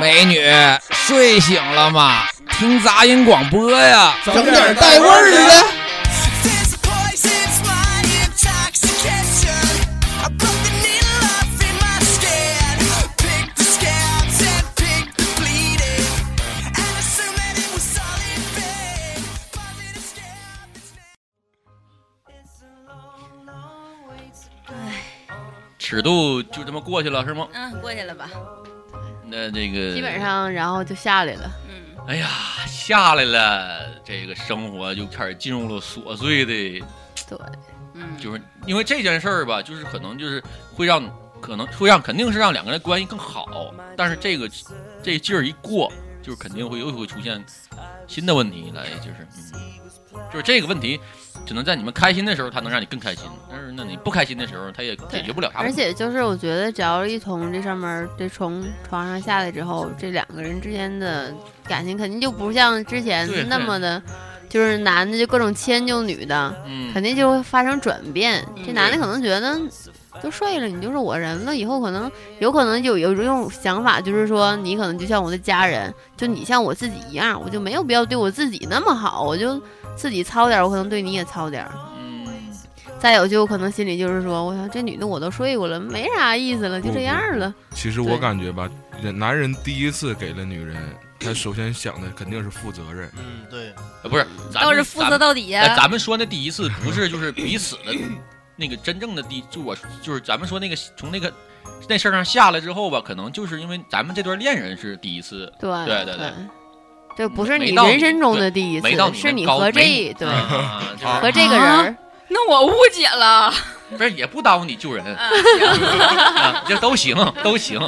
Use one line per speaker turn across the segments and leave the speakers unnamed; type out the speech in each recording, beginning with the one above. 美女，睡醒了吗？听杂音广播呀，
整点带味儿的。
This poison's my intoxication. I broke the needle off in my skin. Pick the scabs and pick the bleeding. And assume that it was all in vain. Buzzing a scab is made. It's a long, long way to go.
尺度就这么过去了是吗？
嗯，过去了吧？
那这个
基本，上，然后就下来了。
嗯，
哎呀，下来了，这个生活就开始进入了琐碎的，
对，
嗯，
就是因为这件事儿吧，就是可能就是会让，可能会让肯定是让两个人关系更好，但是这个这劲儿一过，就是肯定会又会出现新的问题来，就是嗯，就是这个问题。只能在你们开心的时候，它能让你更开心；但是那你不开心的时候，它也解决不了啥
而
问题。
且就是我觉得，只要一从这上面这从床上下来之后，这两个人之间的感情肯定就不像之前
对对
那么的，就是男的就各种迁就女的，
嗯，
肯定就会发生转变。
嗯
这男的可能觉得。都睡了，你就是我人了。以后可能有可能有有一种想法，就是说你可能就像我的家人，就你像我自己一样，我就没有必要对我自己那么好，我就自己操点儿，我可能对你也操点儿。
嗯，
再有就可能心里就是说，我想这女的我都睡过了，没啥意思了，就这样了。
其实我
对
感觉吧，人男人第一次给了女人，他首先想的肯定是负责任。
嗯，对，
呃不是，咱
都
们
是负
咱
责
们
到底
哎，
呀、
咱们说那第一次不 是就是彼此的那个真正的第，就我就是咱们说那个从那个那事儿上下来之后吧，可能就是因为咱们这段恋人是第一次，
对
对对
对
对
这不是
没
你
到
人生中的第一次
没到，你
是
那
你
高
和
没
这对
啊就是
啊
和这个人儿，
那我误解了。
不是也不耽误你救人，
嗯
啊这都行都行。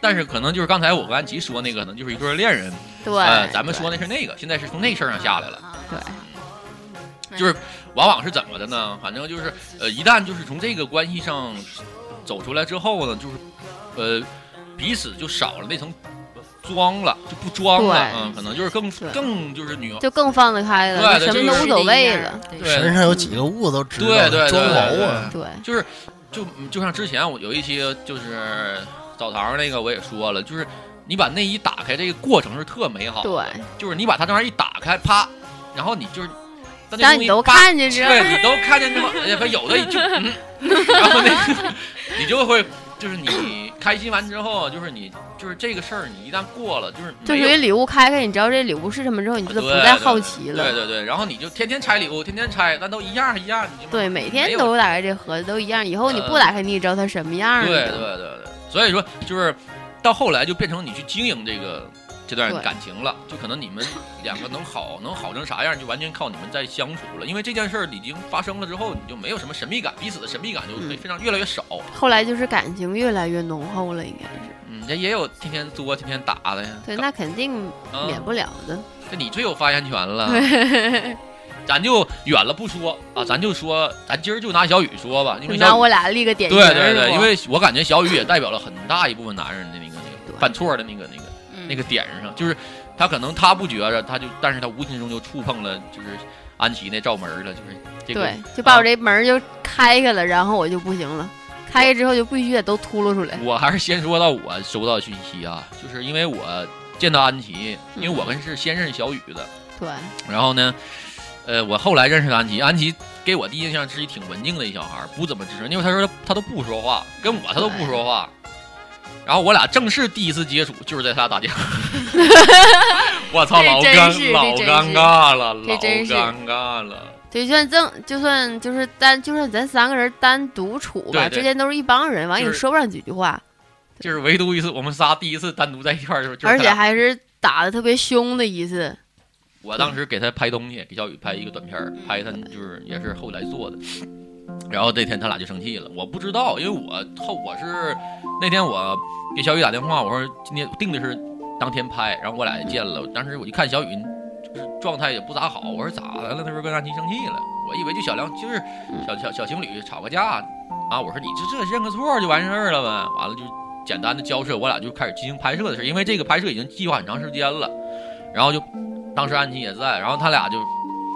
但是可能就是刚才我和安琪说那个，可能就是一对恋人，呃，
对，
咱们说那是那个，现在是从那事儿上下来了。
啊
对
就是往往是怎么的呢？反正就是呃，一旦就是从这个关系上走出来之后呢，就是呃，彼此就少了那层装了，就不装了，
对
嗯，可能就是更
对
更就是女，
就更放得开了，
对
就
对
什么
就是
都无所谓了。
对
身上有几个痦子都知道
对
了，
对对
装毛
对
啊，
对，
就是就就像之前我有一些就是澡堂那个我也说了，就是你把内衣打开这个过程是特美好，
对，
就是你把它这玩意儿一打开，啪，然后你就是当
当你都看见之后，
对你都看见这么，哎呀，不有的就， 嗯、然后那个你就会就是你开心完之后，就是你就是这个事儿，你一旦过了，就是
就
没
属
有
于礼物开开，你知道这礼物是什么之后，你就不再好奇
对
了。
对对，然后你就天天拆礼物，天天拆，但都一样一样，你就
对，每天都打开这盒子都一样，以后你不
呃
打开你也知道它什么样
对
儿
对
了。
对对，所以说就是到后来就变成你去经营这个。这段
对
感情了，就可能你们两个能好，能好成啥样，就完全靠你们在相处了。因为这件事儿已经发生了之后，你就没有什么神秘感，彼此的神秘感就会
嗯
非常越来越少。
后来就是感情越来越浓厚了，应该是。
嗯，人也有天天作、天天打的呀。
对，
搞
那肯定免
嗯，
不了的。
这你最有发言权 了。咱就远了不说啊，咱就说，咱今儿就拿小雨说吧，因为
拿
小
我俩立个点
对
名儿
对对，
是
因
不
为我感觉小雨也代表了很大一部分男人的那个那个
对
犯错的那个那个
嗯
那个点上，就是他可能他不觉着，他就但是他无形中就触碰了就是安琪那罩门儿了，就是这个
对，就把
啊
我这门儿就开开了，然后我就不行了。开开之后就必须得都秃噜出来。
我还是先说到我收到的信息啊，就是因为我见到安琪，因为
嗯
我们是先认识小雨的，
对，
然后呢，呃，我后来认识的安琪，安琪给我第一印象是一挺文静的一小孩儿，不怎么吱声，因为他说他他都不说话，跟我他都不说话。然后我俩正式第一次接触就是在他打 架，我操，
这
老
真
尴
是
老
这真
尴
是
尬了，老
这真是
尴尬了。
对，就算正，就算就是单，就算咱三个人单独处吧，
对对
之前都是一帮人，完
就
也
是
说不上几句话，
就是唯独一次我们仨第一次单独在一块儿的时候，就是
而
他
且
俩
还是打的特别凶的一次。
我当时给他拍东西，给小雨拍一个短片儿，拍他就是也是后来做的。然后那天他俩就生气了，我不知道，因为我后我是那天我给小雨打电话，我说今天定的是当天拍，然后我俩也见了。当时我一看小雨就是状态也不咋好，我说咋的了？他说跟安琪生气了，我以为就小两就是小小小情侣吵个架啊，我说你这这认个错就完事儿了呗。完了就简单的交涉，我俩就开始进行拍摄的事，因为这个拍摄已经计划很长时间了，然后就当时安琪也在，然后他俩就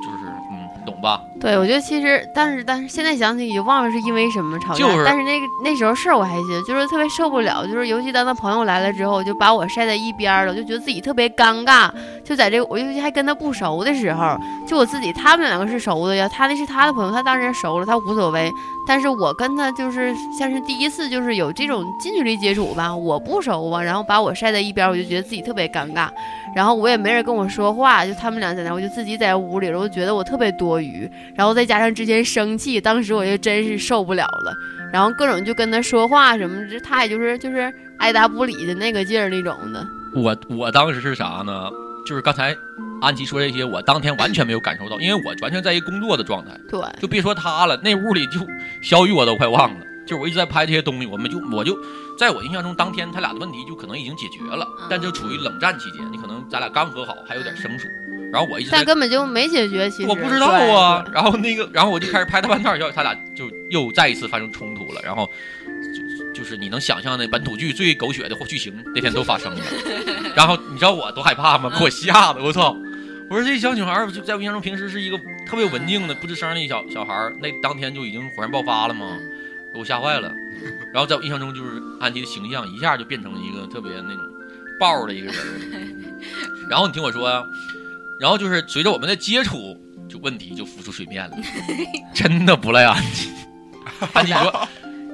就是嗯，你懂吧？
对，我觉得其实，但是但是现在想起也就忘了是因为什么吵架，
就是
但是那个那时候事儿我还行，就是特别受不了，就是尤其当他朋友来了之后，就把我晒在一边儿了，我就觉得自己特别尴尬，就在这个我尤其还跟他不熟的时候，就我自己他们两个是熟的呀，他那是他的朋友，他当然熟了，他无所谓，但是我跟他就是像是第一次就是有这种近距离接触吧，我不熟啊，然后把我晒在一边儿，我就觉得自己特别尴尬，然后我也没人跟我说话，就他们俩在那，我就自己在屋里了，我就觉得我特别多余。然后再加上之前生气，当时我就真是受不了了，然后各种就跟他说话什么，这他也就是就是爱答不理的那个劲儿那种的。
我我当时是啥呢？就是刚才安琪说这些，我当天完全没有感受到，因为我完全在一工作的状态，
对，
就别说他了，那屋里就小雨我都快忘了。就是我一直在拍这些东西，我们就我就在我印象中，当天他俩的问题就可能已经解决了，
嗯
但就处于冷战期间，你可能咱俩刚和好，还有点生疏。然后我一直在
但根本就没解决，其实
我不知道啊。然后那个，然后我就开始拍他半道儿，要他俩就又再一次发生冲突了。然后就就是你能想象的本土剧最狗血的或剧情那天都发生了。然后你知道我多害怕吗？给我吓得我操！我说这小女孩儿就在我印象中平时是一个特别文静的不吱声儿的小小孩儿，那当天就已经火山爆发了吗？我吓坏了。然后在我印象中就是安琪的形象一下就变成一个特别那种爆的一个人儿。然后你听我说啊，然后就是随着我们的接触，就问题就浮出水面了，真的不赖啊安琪。安琪说，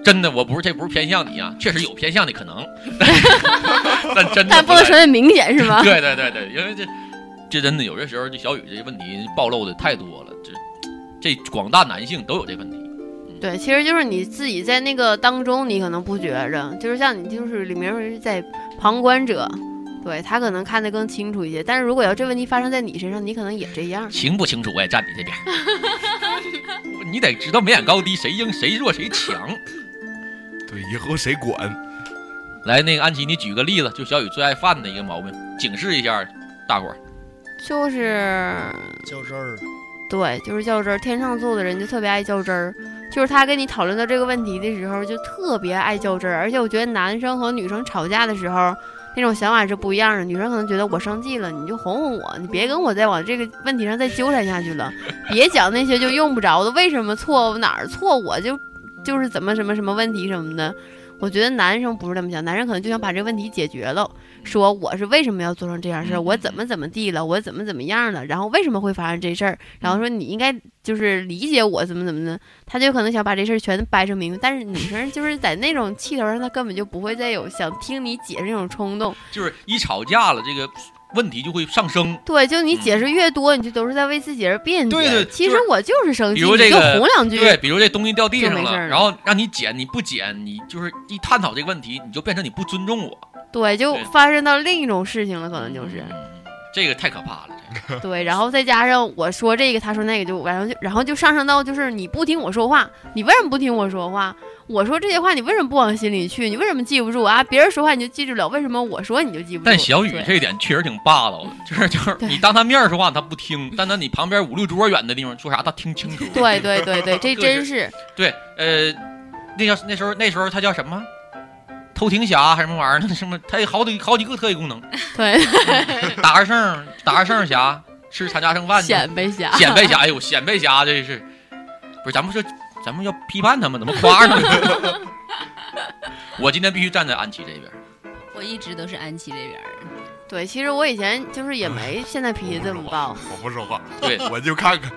真的，我不是这不是偏向你啊，确实有偏向的可能， 但但真的
但不
赖
能说的明显是 吧？
对对对对，因为这这真的有些时候，这小雨这问题暴露的太多了，这这广大男性都有这问题。
对，其实就是你自己在那个当中，你可能不觉着，就是像你就是李明是在旁观者，对他可能看得更清楚一些。但是如果要这问题发生在你身上，你可能也这样。
清不清楚，我也站你这边儿。 你得知道眉眼高低，谁硬谁弱谁强。
对，以后谁管？
来，那个安琪，你举个例子，就小雨最爱犯的一个毛病，警示一下大伙儿。
就是
较真儿，
对，就是较真儿。天秤座的人就特别爱较真儿，就是他跟你讨论到这个问题的时候，就特别爱较真儿。而且我觉得男生和女生吵架的时候，那种想法是不一样的。女生可能觉得我生气了，你就哄哄我，你别跟我再往这个问题上再纠缠下去了，别讲那些就用不着的，为什么错误哪儿错我就就是怎么什么什么问题什么的。我觉得男生不是这么想，男生可能就想把这个问题解决了，说我是为什么要做成这样事儿，我怎么怎么地了，我怎么怎么样了，然后为什么会发生这事儿，然后说你应该就是理解我怎么怎么的，他就可能想把这事儿全掰扯明白。但是女生就是在那种气头上，她根本就不会再有想听你解释那种冲动。
就是一吵架了，这个问题就会上升。
对，就你解释越多，你就都是在为自己而辩
嗯
解。
对对
其
就
实
是
我就是生气，
比如这
你就
个
哄两句。
对，比如这东西掉地上
就没
了，
事儿了
然后让你捡，你不捡，你就是一探讨这个问题，你就变成你不尊重我，
对就
对
发生到另一种事情了，可能就是。嗯
嗯这个太可怕了。这个
对，然后再加上我说这个，他说那个就，然后就然后就上升到就是你不听我说话，你为什么不听我说话？我说这些话你为什么不往心里去？你为什么记不住啊？别人说话你就记住了，为什么我说你就记不住？
但小雨
对
这一点确实挺霸 道的，就是就是
对
你当他面儿说话他不听，但当你旁边五六桌远的地方说啥他听清楚。
对对 对对，这
各是
真是
对，呃，那叫那时候那时候他叫什么？偷听侠还是什么玩意儿？那什么，他有好几好几个特异功能，嗯
对
打二圣打二圣侠，吃残家剩饭去，
显摆侠。
显摆侠，哎呦，显摆侠这是，不是咱们说咱们要批判他们，怎么夸他们？ 我今天必须站在安琪这边，
我一直都是安琪这边儿的，
对，其实我以前就是也没现在脾气这么
嗯
暴。
我不说话，
对，
我就看看。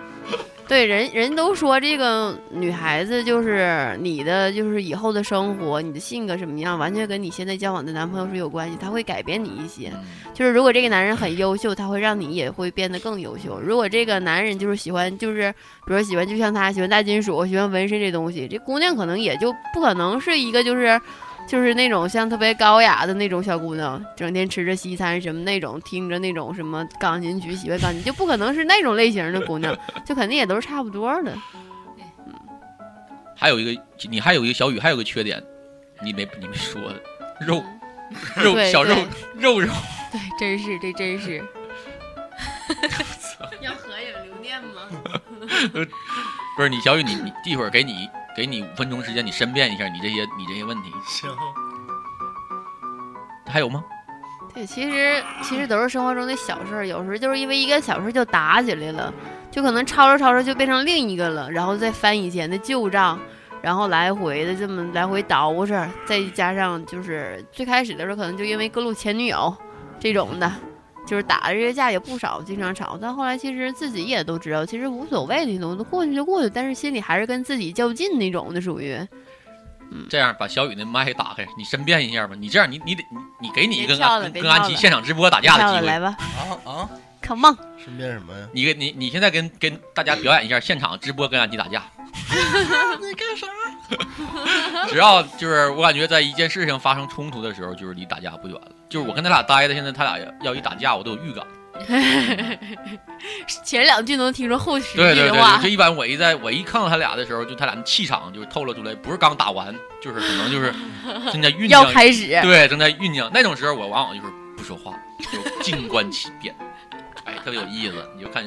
对，人人都说这个女孩子就是你的，就是以后的生活，你的性格什么样，完全跟你现在交往的男朋友是有关系，他会改变你一些。就是如果这个男人很优秀，他会让你也会变得更优秀。如果这个男人就是喜欢，就是比如喜欢，就像他喜欢大金属，喜欢纹身这东西，这姑娘可能也就不可能是一个就是。就是那种像特别高雅的那种小姑娘，整天吃着西餐什么那种，听着那种什么钢琴曲，喜欢钢琴，就不可能是那种类型的姑娘，就肯定也都是差不多的。
还有一个你还有一个小雨还有个缺点，你没你没说肉肉
嗯对
小肉
对
肉肉，
对，真是这真是。 要合影留念吗？
不是你小雨你你一会儿给你给你五分钟时间，你申辩一下你这些你这些问题，
行，
还有吗？
他对，其实其实都是生活中的小事儿，有时候就是因为一个小事儿就打起来了，就可能吵着吵着就变成另一个了，然后再翻以前的旧账，然后来回的这么来回倒饬，再加上就是最开始的时候可能就因为各路前女友这种的，就是打的这些架也不少，经常吵，但后来其实自己也都知道，其实无所谓那种，都过去就过去，但是心里还是跟自己较劲那种的，属于
这样把小雨那麦打开，你申辩一下吧。你这样，你你得你你给你一个
别跳了
跟
别
跟安
跳
琪
了
现场直播打架的
漂
机
亮来
会。
吧
啊啊！
，Come on，
顺便什么呀？
你给你你现在跟跟大家表演一下现场直播跟安琪打架。
你干啥？
只要就是我感觉在一件事情发生冲突的时候，就是离打架不远了。就是我跟他俩待的，现在他俩要一打架，我都有预感。
前两句能听出后十
对
句
对
的
对，
话
就。一般我一在我一看到他俩的时候，就他俩的气场就透露出来，不是刚打完，就是可能就是正在酝
要
酿，
开始，
对，正在酝酿那种时候，我往往就是不说话，就静观其变。哎，特别有意思，你就看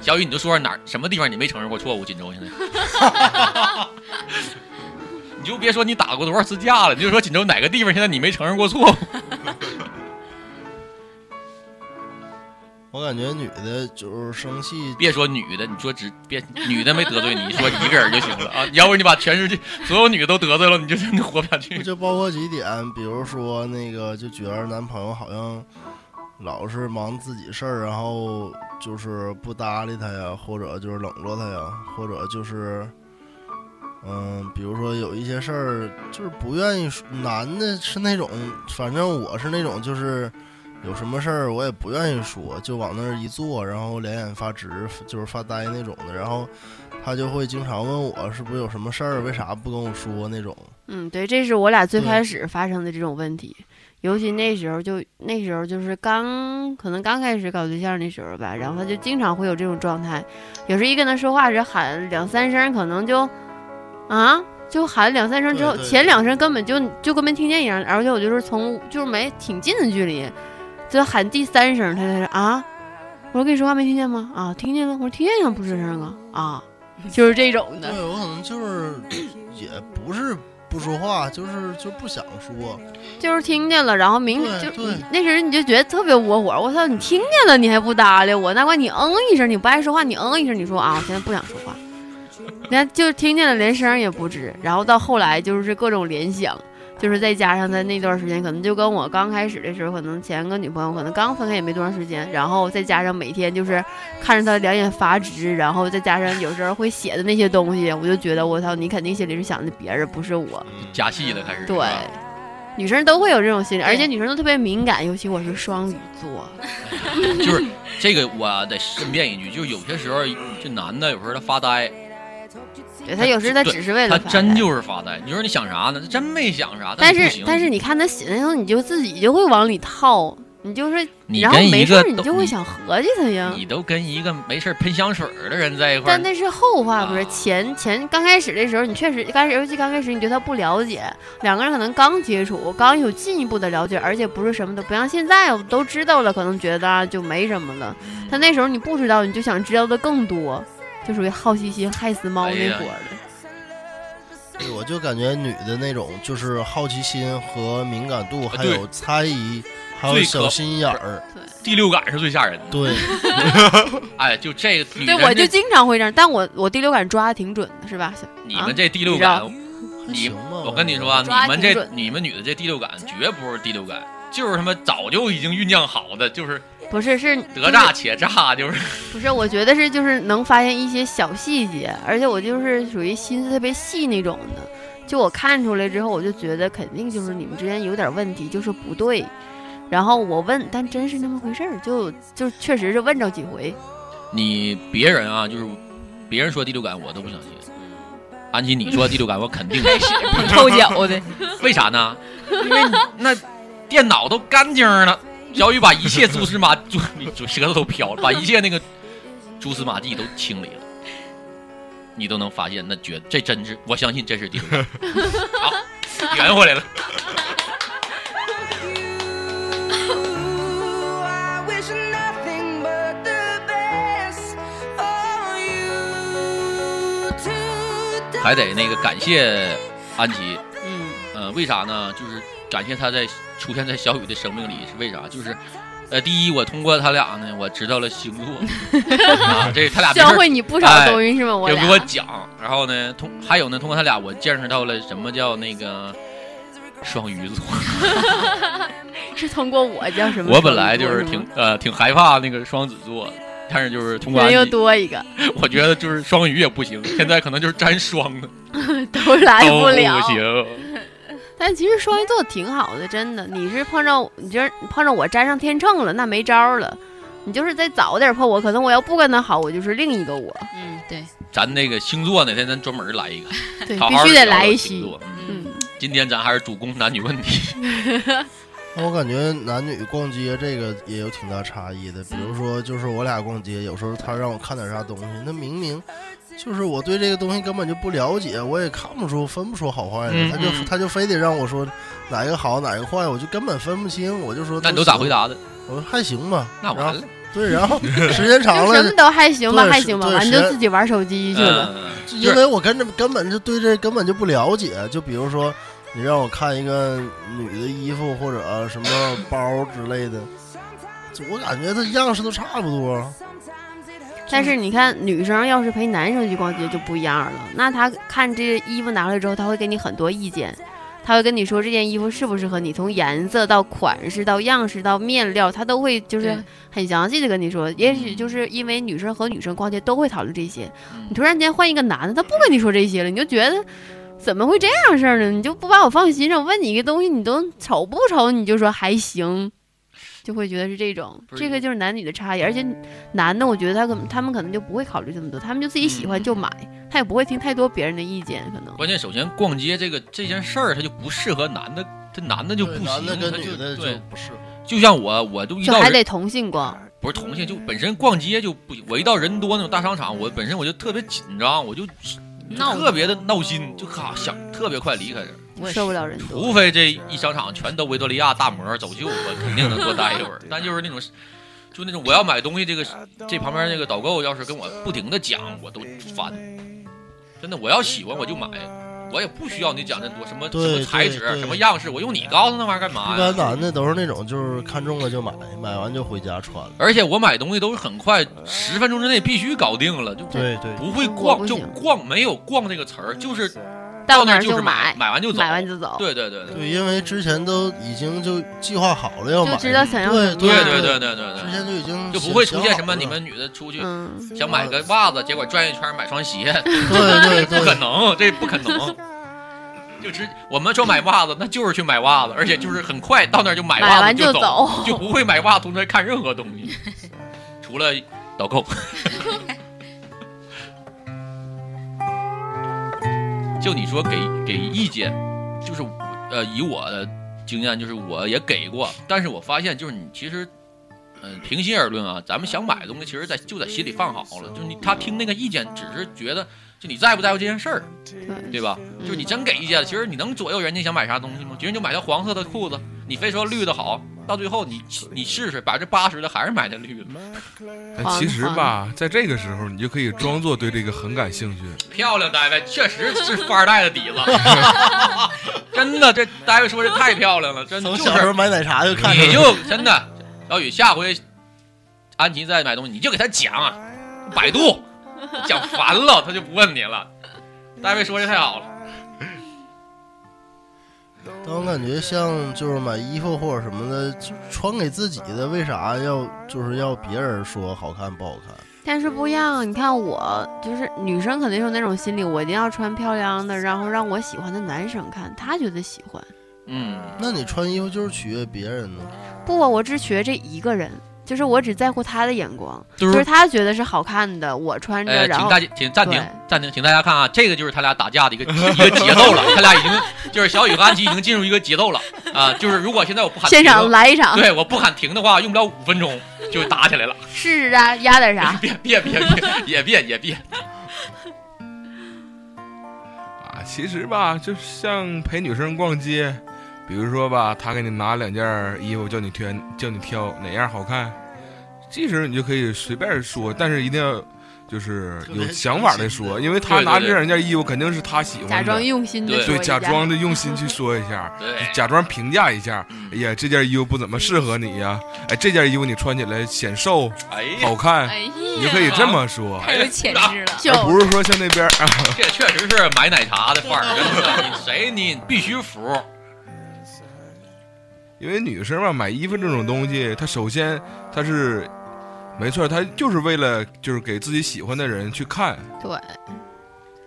小雨，你就说说哪儿什么地方你没承认过错误，锦州现在， 你就别说你打过多少次架了，你就说锦州哪个地方现在你没承认过错误。
我感觉女的就是生气，
别说女的，你说只别女的没得罪你，你说一个人就行了啊！要不然你把全世界所有女的都得罪了，你就真的活不下去
不。就包括几点？比如说那个，就觉得男朋友好像老是忙自己事儿，然后就是不搭理他呀，或者就是冷落他呀，或者就是。嗯，比如说有一些事儿就是不愿意说，男的是那种，反正我是那种，就是有什么事儿我也不愿意说，就往那儿一坐，然后两眼发直，就是发呆那种的。然后他就会经常问我是不是有什么事儿，为啥不跟我说那种。
嗯，对，这是我俩最
对
开始发生的这种问题，尤其那时候就那时候就是刚可能刚开始搞对象那时候吧，然后他就经常会有这种状态，有时一跟他说话时喊两三声，可能就啊就喊两三声之
对
后，
对
前
对
两声根本就就跟没听见一样，而且我就是从就是没挺近的距离，就喊第三声，他才说啊，我说跟你说话没听见吗？啊，听见了，我说听见了，不吱声啊啊，就是这种的。
对我可能就是 也不是不说话，就是就不想说。
就是听见了，然后明
对
就
对
那时候你就觉得特别窝火，我操，你听见了你还不搭理我，难怪你嗯一声，你不爱说话，你嗯一声，你说啊，我现在不想说话，那就是听见了连声儿也不吱，然后到后来就是各种联想。就是再加上他那段时间，可能就跟我刚开始的时候，可能前个女朋友可能刚分开也没多长时间，然后再加上每天就是看着他两眼发直，然后再加上有时候会写的那些东西，我就觉得我操，你肯定心里是想的别人，不是我。
假戏了，开始。
对
是吧，
女生都会有这种心理，
对
而且女生都特别敏感，尤其我是双鱼座，
就是这个，我得申辩一句，就是有些时候这男的有时候他发呆，
对她有时她
对
只是为
他
了发
真
呆
就是发呆。你说你想啥呢？他真没想啥。
但
是不
是
行
但是你看她写的时候，你就自己就会往里套，你就是，
你
然后
跟
没
一
事
个
儿你就会想合计她呀
都，。你都跟一个没事儿喷香水儿的人在一块
但
儿，
那是后话，
啊
不是前前刚开始的时候，你确实刚开始，尤其刚开始你对她不了解，两个人可能刚接触，刚有进一步的了解，而且不是什么都不像现在我都知道了，可能觉得啊就没什么了。
嗯
但那时候你不知道，你就想知道的更多，就属于好奇心害死猫
哎
那
呀
波儿的。
对，我就感觉女的那种就是好奇心和敏感度，还
啊对
有猜疑，还有
最可
小心眼儿。
第六感是最吓人的。
对，
哎，就这个女
对，
人
我
这
就经常会这样，但我我第六感抓的挺准的，是吧？
你
啊
们这第六
你知道
感，
还
你
行吧。
我跟你说啊，
抓
你们
挺
这
准
你们女的这第六感绝不是第六感，就是他妈早就已经酝酿好的，就是
不是，是
得诈且诈，就是
就是不是，我觉得是就是能发现一些小细节，而且我就是属于心思特别细那种的。就我看出来之后，我就觉得肯定就是你们之间有点问题，就是不对。然后我问，但真是那么回事儿，就就确实是问着几回。
你别人啊，就是别人说第六感我都不相信。安琪，你说第六感我肯定没信，
臭脚的，
为啥呢？因为那电脑都干净了，小雨把一切蛛丝马 蛛蛛舌头都飘了，把一切那个蛛丝马迹都清理了，你都能发现，那绝这真是我相信这是第 六感。好，圆回来了。
I wish nothing but the best for you
还得那个感谢安琪，
嗯，
呃，为啥呢？就是感谢他在出现在小雨的生命里是为啥？就是，呃，第一，我通过他俩呢，我知道了星座，啊，这他俩没事
教
儿
会你不
哎
少东西是吗？我
就
俩
给我讲。然后呢，通还有呢，通过他俩，我见识到了什么叫那个双鱼座。
是通过我叫什么？
我本来就是挺呃挺害怕那个双子座，但是就是通过
人又
安迪，
多一个，
我觉得就是双鱼也不行，现在可能就是沾双的
都来
都
了。
行。
但其实双鱼座挺好的，真的。你是碰着你这碰着我沾上天秤了，那没招儿了。你就是再早点碰我，可能我要不跟他好，我就是另一个我。
嗯，对，
咱那个星座哪天咱专门来一个，
对，
好
必
好
须
地
得
聊聊
来一
星
期。
座。嗯
嗯，
今天咱还是主攻男女问 题，
那我感觉男女逛街这个也有挺大差异的。比如说，就是我俩逛街，有时候他让我看点啥东西，那明明就是我对这个东西根本就不了解，我也看不出、分不出好坏
嗯
来，他就
嗯
他就非得让我说哪一个好，哪一个坏，我就根本分不清。我就说，
那你都咋回？答的？
我说还行吧。
那
然
完
后
了，
对，然 后时间长
就什么
了，
都还行吧，
对
还
是
行吧，
对
完你
是
就自己玩手机去了。
嗯，就
因
是
为我根本根本就对这根本就不了解。就比如说，你让我看一个女的衣服或者什么包之类的，就我感觉它样式都差不多。
但是你看，女生要是陪男生去逛街就不一样了。那他看这衣服拿回来之后，他会给你很多意见，他会跟你说这件衣服适不适合你，从颜色到款式到样式到面料，他都会就是
对
很详细的跟你说。也许就是因为女生和女生逛街都会讨论这些，
嗯
你突然间换一个男的，他不跟你说这些了，你就觉得。怎么会这样式儿呢？你就不把我放心上？我问你一个东西，你都瞅不瞅？你就说还行，就会觉得是这种，
不是
这个就是男女的差异。而且男的，我觉得他可能他们可能就不会考虑这么多，他们就自己喜
嗯
欢就买，他也不会听太多别人的意见，可能。
关键首先逛街这个这件事儿，它就不适合男的，这男的就不行，
男的
他
跟
就
女的就
对，
不是。
就像我，我就遇
就
到
还
人
得同性逛，
不是同性，就本身逛街就不，我一到人多那种大商场，我本身我就特别紧张，我就
闹
特别的闹心，就哈想特别快离开这儿，
我也
受不
是
了人多。
除非这一商场全都维多利亚大模走秀，我肯定能多待一会儿。但就是那种，就那种我要买东西，这个这旁边这个导购要是跟我不停的讲，我都烦。真的，我要喜欢我就买，我也不需要你讲那么多什么
对
什么材质啊
对、对
什么样式，我用你告诉那玩意儿干
一
嘛
般
呀？
男的都是那种，就是看中了就买，买完就回家穿了。
而且我买东西都是很快，十分钟之内必须搞定了，就不
对对，
不会
我
逛
不
就
行
逛，没有逛这个词儿，就是那
到那
儿
儿
就是
就
买，
买，
买完就走，
买完就走，
对对对对
对，因为之前都已经就计划好了要买，
就知道想要
对
什么
对
样。
对对对对
之
对，
前就已经
就不会
想
出现
嗯好
什么
了
你们女的出去
嗯，
想买个袜子，结果转一圈买双鞋，
对对
不可
对，
能，这不可能。就只我们说买袜子，那就是去买袜子，而且就是很快到那儿就买
买
袜
完
子就
就走
就不会买袜子同时看任何东西，除了导购。就你说给给意见，就是我呃，以我的经验，就是我也给过，但是我发现就是你其实，嗯、平心而论啊，咱们想买的东西，其实在就在心里放好了，就是你他听那个意见，只是觉得就你在不在乎这件事儿，
对
对吧？就是你真给意见了，其实你能左右人家想买啥东西吗？别人就买条黄色的裤子，你非说绿的好，到最后你你试试，百分之八十的还是买那绿的，
但其实吧，在这个时候，你就可以装作对这个很感兴趣。
漂亮，大卫确实是富二代的底子， 真的，这大卫说这太漂亮了，真的
从
就
小时
是
候买奶茶就看出来
你就真的，小雨下回安琪再买东西，你就给他讲、啊百度，讲烦了他就不问你了。大卫说这太好了，
但我感觉像就是买衣服或者什么的，就穿给自己的，为啥要就是要别人说好看不好看？
但是不一样，你看我就是女生，肯定有那种心理，我一定要穿漂亮的，然后让我喜欢的男生看，他觉得喜欢。
嗯，
那你穿衣服就是取悦别人呢？
不，我只取悦这一个人，就是我只在乎他的眼光，
就
就是他觉得是好看的，我穿着，
呃，
然
嗯请
后
大家请暂停
对
暂停，请大家看啊，这个就是他俩打架的一个一个节奏了，他俩已经就是小雨和安琪已经进入一个节奏了啊，就是如果现在我不喊
现场
停
来一场。
对，我不喊停的话，用不了五分钟就打起来了，？
是啊，压点啥
别别别别也别也别，
啊，其实吧，就像陪女生逛街，比如说吧，她给你拿两件衣服，叫你挑，叫你挑哪样好看，即使你就可以随便说，但是一定要就是
特别
有想法的
用
说，
心的
因为他
对对
拿这
对
两件衣服肯定是他喜欢的，
假装用心 的
对嗯
说
对，
一
假
下
装的用心去说一下，
对，
假装评价一下。哎呀，这件衣服不怎么适合你呀、哎，这件衣服你穿起来显瘦
哎呀，
好看，
哎呀，
你就可以这么说，
太有潜质 了。
就
而不是说像那边儿啊，
这确实是买奶茶的范儿，真的，你谁你必须 服。
因为女生嘛，买衣服这种东西，她首先她是没错，她就是为了就是给自己喜欢的人去看。
对。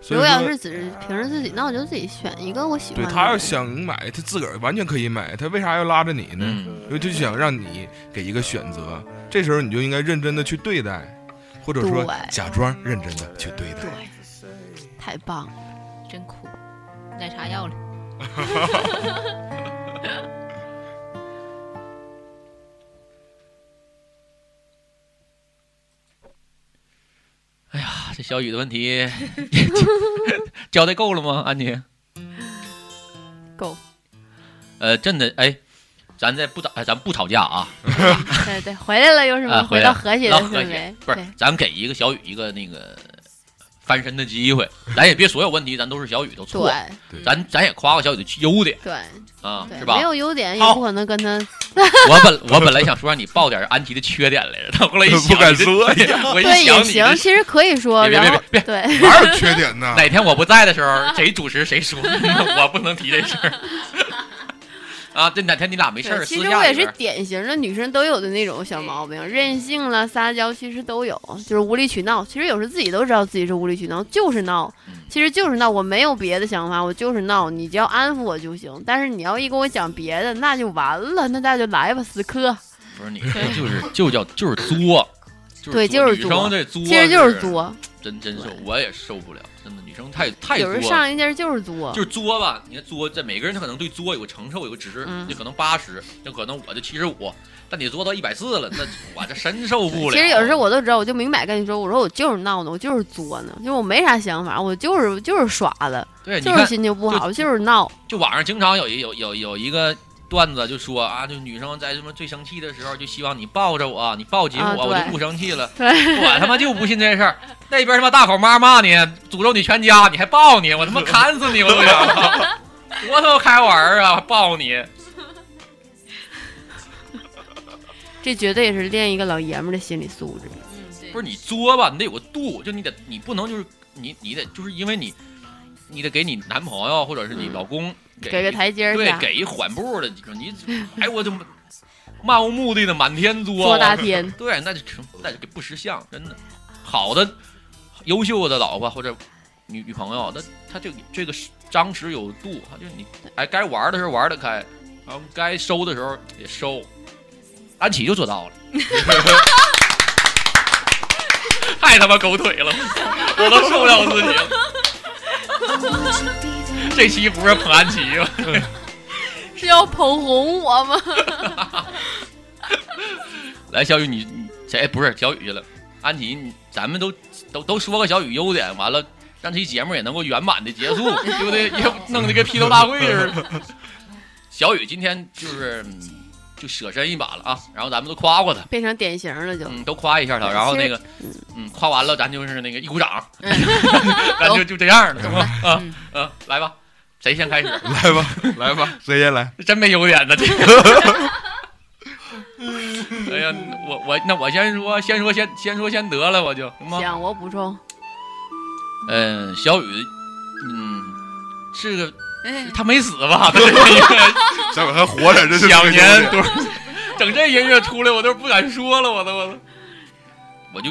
所
如果
以
要
说，
是只是凭着自己，那我就自己选一个我喜欢
对
的。
她要想买，她自个儿完全可以买，她为啥要拉着你呢？
嗯，
因为就想让你给一个选择，这时候你就应该认真的去对待，或者说
对
假装认真的去对待。
对，太棒了，
真酷，奶茶要了。
这小雨的问题 交代够了吗，安妮？
够。
呃，真的，哎，咱再不打，哎咱不吵架啊，
对对，回来了又是
啊
吗？
回来
到和谐的
唠
氛
和
围
谐，，不是
对，
咱给一个小雨一个那个翻身的机会，咱也别所有问题咱都是小雨都错，
对
咱咱也夸夸小雨的优点
对
啊，
对，
是吧
没？有优点
好
也不可能跟他
我本我本来想说让你报点安琪的缺点来着，但后来一想
不敢说
你这我一
对
想
也
你
行，
这
其实可以说，
别别
然
别
后
别
对，
哪有缺点呢？
哪天我不在的时候，谁主持谁说， 我不能提这事儿。啊，这哪天你俩没事儿，
对其
私
实
下
我也
里
是
边儿
典型的女生都有的那种小毛病，任性了、撒娇，其实都有，就是无理取闹。其实有时候自己都知道自己是无理取闹，就是闹
嗯，
其实就是闹，我没有别的想法，我就是闹，你只要安抚我就行。但是你要一跟我讲别的，那就完了，那大家就来吧，死磕。
不是你说就是就叫就是作，
对
就
就是
女
作
生这作，
其实就是，作，
真真是
对
我也受不了，真的女生太太
有
作
时候
了。
上一件就是作，
就是作吧，你看作，这每个人他可能对作有个承受，有个值，
嗯
就可能八十，就可能我就七十五，但你作到一百四了，那我这深受不了。
其实有时候我都知道，我就明摆跟你说，我说我就是闹呢，我就是作呢，就是我没啥想法，我就是就是耍的，
对，哎你
就
看
是心情不好，就是闹。
就网上经常有一有有有一个段子就说啊，就女生在什么最生气的时候，就希望你抱着我，你抱紧我，
啊
我就
对
不生气了。
对
我他妈就不信这事儿，那边他妈大口骂骂你，诅咒你全家，你还抱你，我他 妈砍死你，我都想。我他妈开玩儿啊，抱你，
这绝对也是练一个老爷们儿的心理素质。
嗯，对
不是你作吧，你得有个度，就你得你不能就是你你得就是因为你你得给你男朋友或者是你老公
嗯给个台阶儿
对
下，
给一缓步的，你哎我就 漫无目的的满天作，
做 大天。
对，那就成那就给不识相，真的。好的、优秀的老婆或者女女朋友，那她这个这个张弛有度，她就是你哎该玩的时候玩得开，然后该收的时候也收。安琪就做到了， 太他妈狗腿了，我都受不了自己。 这期不是捧安琪吗？
是要捧红我吗？
来，小雨，你你谁不是小雨去了？安琪，你咱们都都都说个小雨优点，完了让这期节目也能够圆满的结束，对不对？也弄得跟批斗大会似的。小雨今天就是嗯就舍身一把了啊，然后咱们都夸夸他，
变成典型了就，
嗯，都夸一下他，然后那个，嗯，夸完了咱就是那个一鼓掌，
嗯
咱就就这样了，行吗？啊
嗯
啊，来吧，谁先开始？
来吧，来 吧，谁先来？
真没优点呢，这个。哎呀，我我那我先说，先说先先说先得了，我就行吗？
行，我补充，
嗯，小雨，嗯，是个
哎
他没死吧？他 这个
小狗还活着，这是
享年多少？整这音乐出来，我都不敢说了，我都我都，我就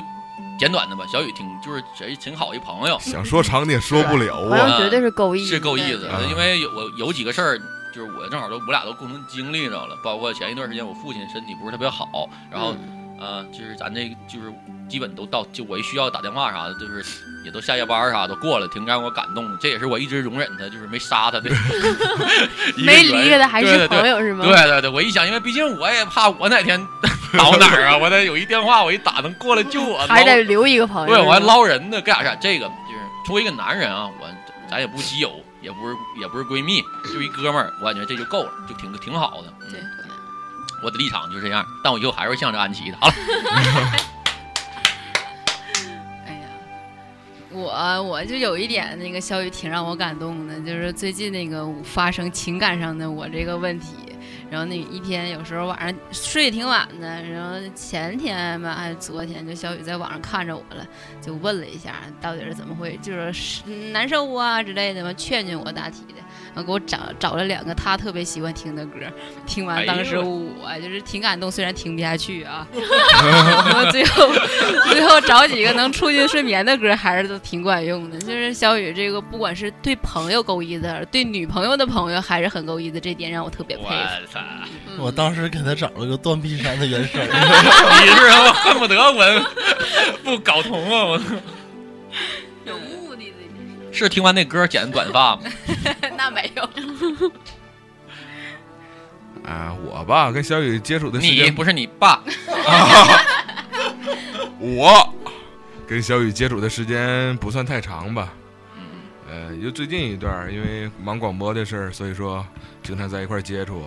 简短的吧。小雨挺就是谁挺好一朋友，
想说长你也说不了
好
啊。
像绝对是够意，
是够意思的
对，
啊
因为有我有几个事儿，就是我正好都我俩都共同经历着了，包括前一段时间我父亲身体不是特别好，然后
嗯
呃，就是咱这个就是基本都到，就我一需要打电话啥的，就是也都下夜班儿啥都过了，挺让我感动的。这也是我一直容忍他，就是没杀 他的一个
没
原因，
离开的还是朋友是吗？
对啊对对。对对对，我一想，因为毕竟我也怕我哪天 倒哪儿啊，我得有一电话我一打能过来救我，
还
捞
得留一个
哦
朋友，
对，我还
是吗
捞人呢，干啥啥？这个就是作为一个男人啊，我咱也不基友，也不是也不是闺蜜，就一哥们儿，我感觉这就够了，就挺挺好的。嗯
对，
我的立场就这样，但我以后还是会向着安琪的。好了，
哎呀，
我我就有一点那个小雨挺让我感动的，就是最近那个发生情感上的我这个问题，然后那一天有时候晚上睡挺晚的，然后前天吧还是昨天，就小雨在网上看着我了，就问了一下到底是怎么回，就是是难受啊之类的嘛，劝劝我大体的，然后给我找找了两个他特别喜欢听的歌，听
哎呦
完当时我就是挺感动，虽然听不下去啊， 然后最后 最后找几个能促进睡眠的歌，还是都挺管用的。就是小雨这个，不管是对朋友够意思，对女朋友的朋友还是很够意思，这点让我特别佩服。
我操！
我当时给他找了个断臂山的原声，
你是我恨不得我不搞同啊！我
有目的的，
是听完那歌剪短发吗？
那没有，
啊，我吧跟小雨接触的时
你
间，
不是你爸，
我跟小雨接触的时间不算太长吧。
嗯
呃，也就最近一段儿，因为忙广播的事儿，所以说经常在一块儿接触。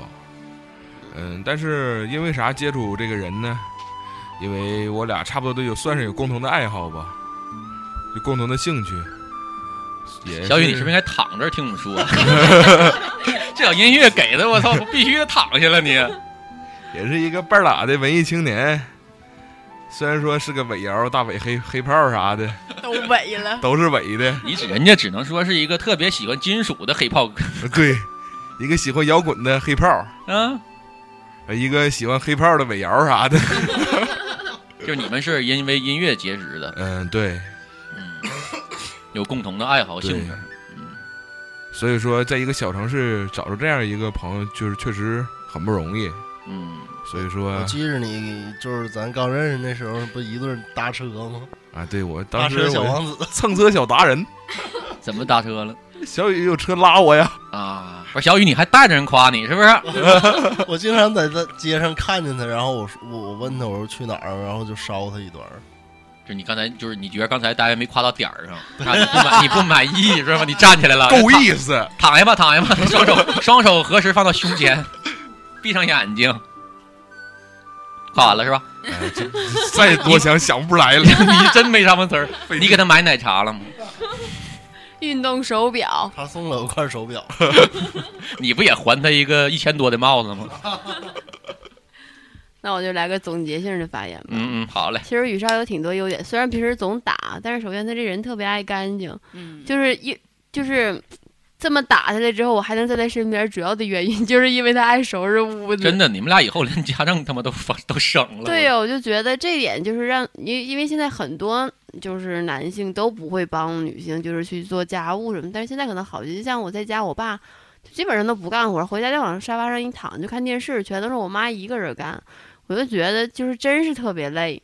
嗯，但是因为啥接触这个人呢？因为我俩差不多都有，算是有共同的爱好吧，有共同的兴趣。也
小雨，你是不是应该躺着听我们 说？这小音乐给的，我操，我必须得躺下了你。
也是一个半拉的文艺青年，虽然说是个尾摇、大尾黑黑炮啥的，
都萎了。
都是伪的。
你只人家只能说是一个特别喜欢金属的黑炮哥
对，一个喜欢摇滚的黑炮，
啊，
呃一个喜欢黑炮的尾摇啥的。
就是你们是因为音乐结识的，嗯
嗯， 对，
有共同的爱好兴
对
趣。。
所以说，在一个小城市找着这样一个朋友，就是确实很不容易。
嗯，
所以说
我记着你就是咱刚认识那时候，不一顿搭车吗？
啊，对我
搭
当时
车小
我
王子，
蹭车小达人，
怎么搭车了
小雨有车拉我呀。
啊？不是小雨，你还带着人夸你是不是？
我经常在在街上看见他，然后我说我我问他我说去哪儿，然后就捎他一段儿。
就是你刚才就是你觉得刚才大家没夸到点儿上，啊你不满你不满意是吧？你站起来了，
够意思，
躺下吧，躺下吧，双手双手合十放到胸前，闭上眼睛，夸完了是吧？
哎这这再多想想不来了。
你真没什么 词儿。
费
你
劲
给他买奶茶了吗？
运动手表，
他送了我块手表，
你不也还他一个一千多的帽子吗？
那我就来个总结性的发言吧。
嗯嗯，好嘞。
其实雨少有挺多优点，虽然平时总打，但是首先他这人特别爱干净，
嗯，
就是一就是这么打下来之后，我还能在他身边，主要的原因就是因为他爱收拾屋子。
真的，你们俩以后连家政他妈都放都省了。
对呀、我就觉得这点就是让因因为现在很多就是男性都不会帮女性就是去做家务什么，但是现在可能好，就像我在家，我爸就基本上都不干活，回家就往沙发上一躺就看电视，全都是我妈一个人干，我就觉得就是真是特别累。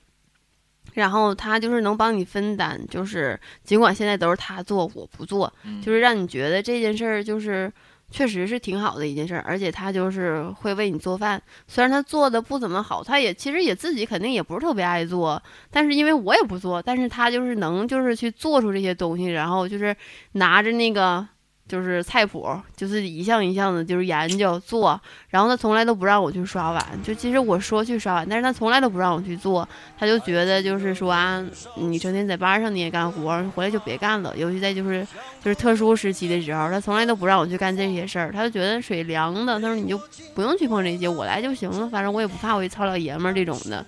然后他就是能帮你分担，就是尽管现在都是他做，我不做，
嗯
就是让你觉得这件事儿就是确实是挺好的一件事儿，而且他就是会为你做饭，虽然他做的不怎么好，他也其实也自己肯定也不是特别爱做，但是因为我也不做，但是他就是能就是去做出这些东西，然后就是拿着那个。就是菜谱，就是一项一项的，就是研究做。然后他从来都不让我去刷碗，就其实我说去刷碗，但是他从来都不让我去做。他就觉得就是说啊，你成天在班上你也干活，回来就别干了。尤其在就是就是特殊时期的时候，他从来都不让我去干这些事儿，他就觉得水凉的，他说你就不用去碰这些，我来就行了，反正我也不怕我一糙老爷们儿这种的。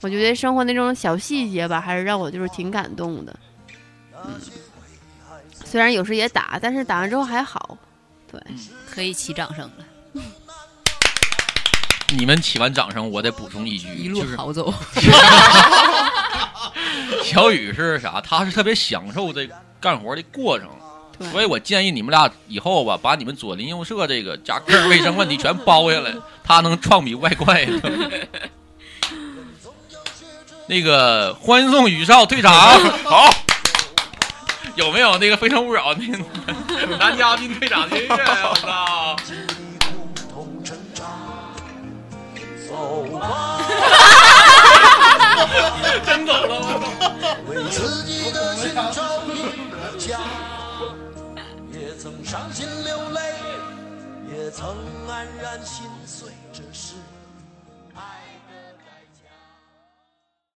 我觉得生活那种小细节吧，还是让我就是挺感动的。嗯，虽然有时也打，但是打完之后还好。
可以起掌声了，
你们起完掌声，我得补充一句，
一路
就是
好走。
小雨是啥？他是特别享受这干活的过程，
对
所以我建议你们俩以后吧，把你们左邻右舍这个家个人卫生问题全包下来，他能创比外快。那个欢送雨少退场，好，有没有那个《非诚勿扰》那个男嘉宾退场音乐呀？我操！真走了吗？
为自己的心找一个家。也曾伤心流泪，也曾黯然心碎，只是爱。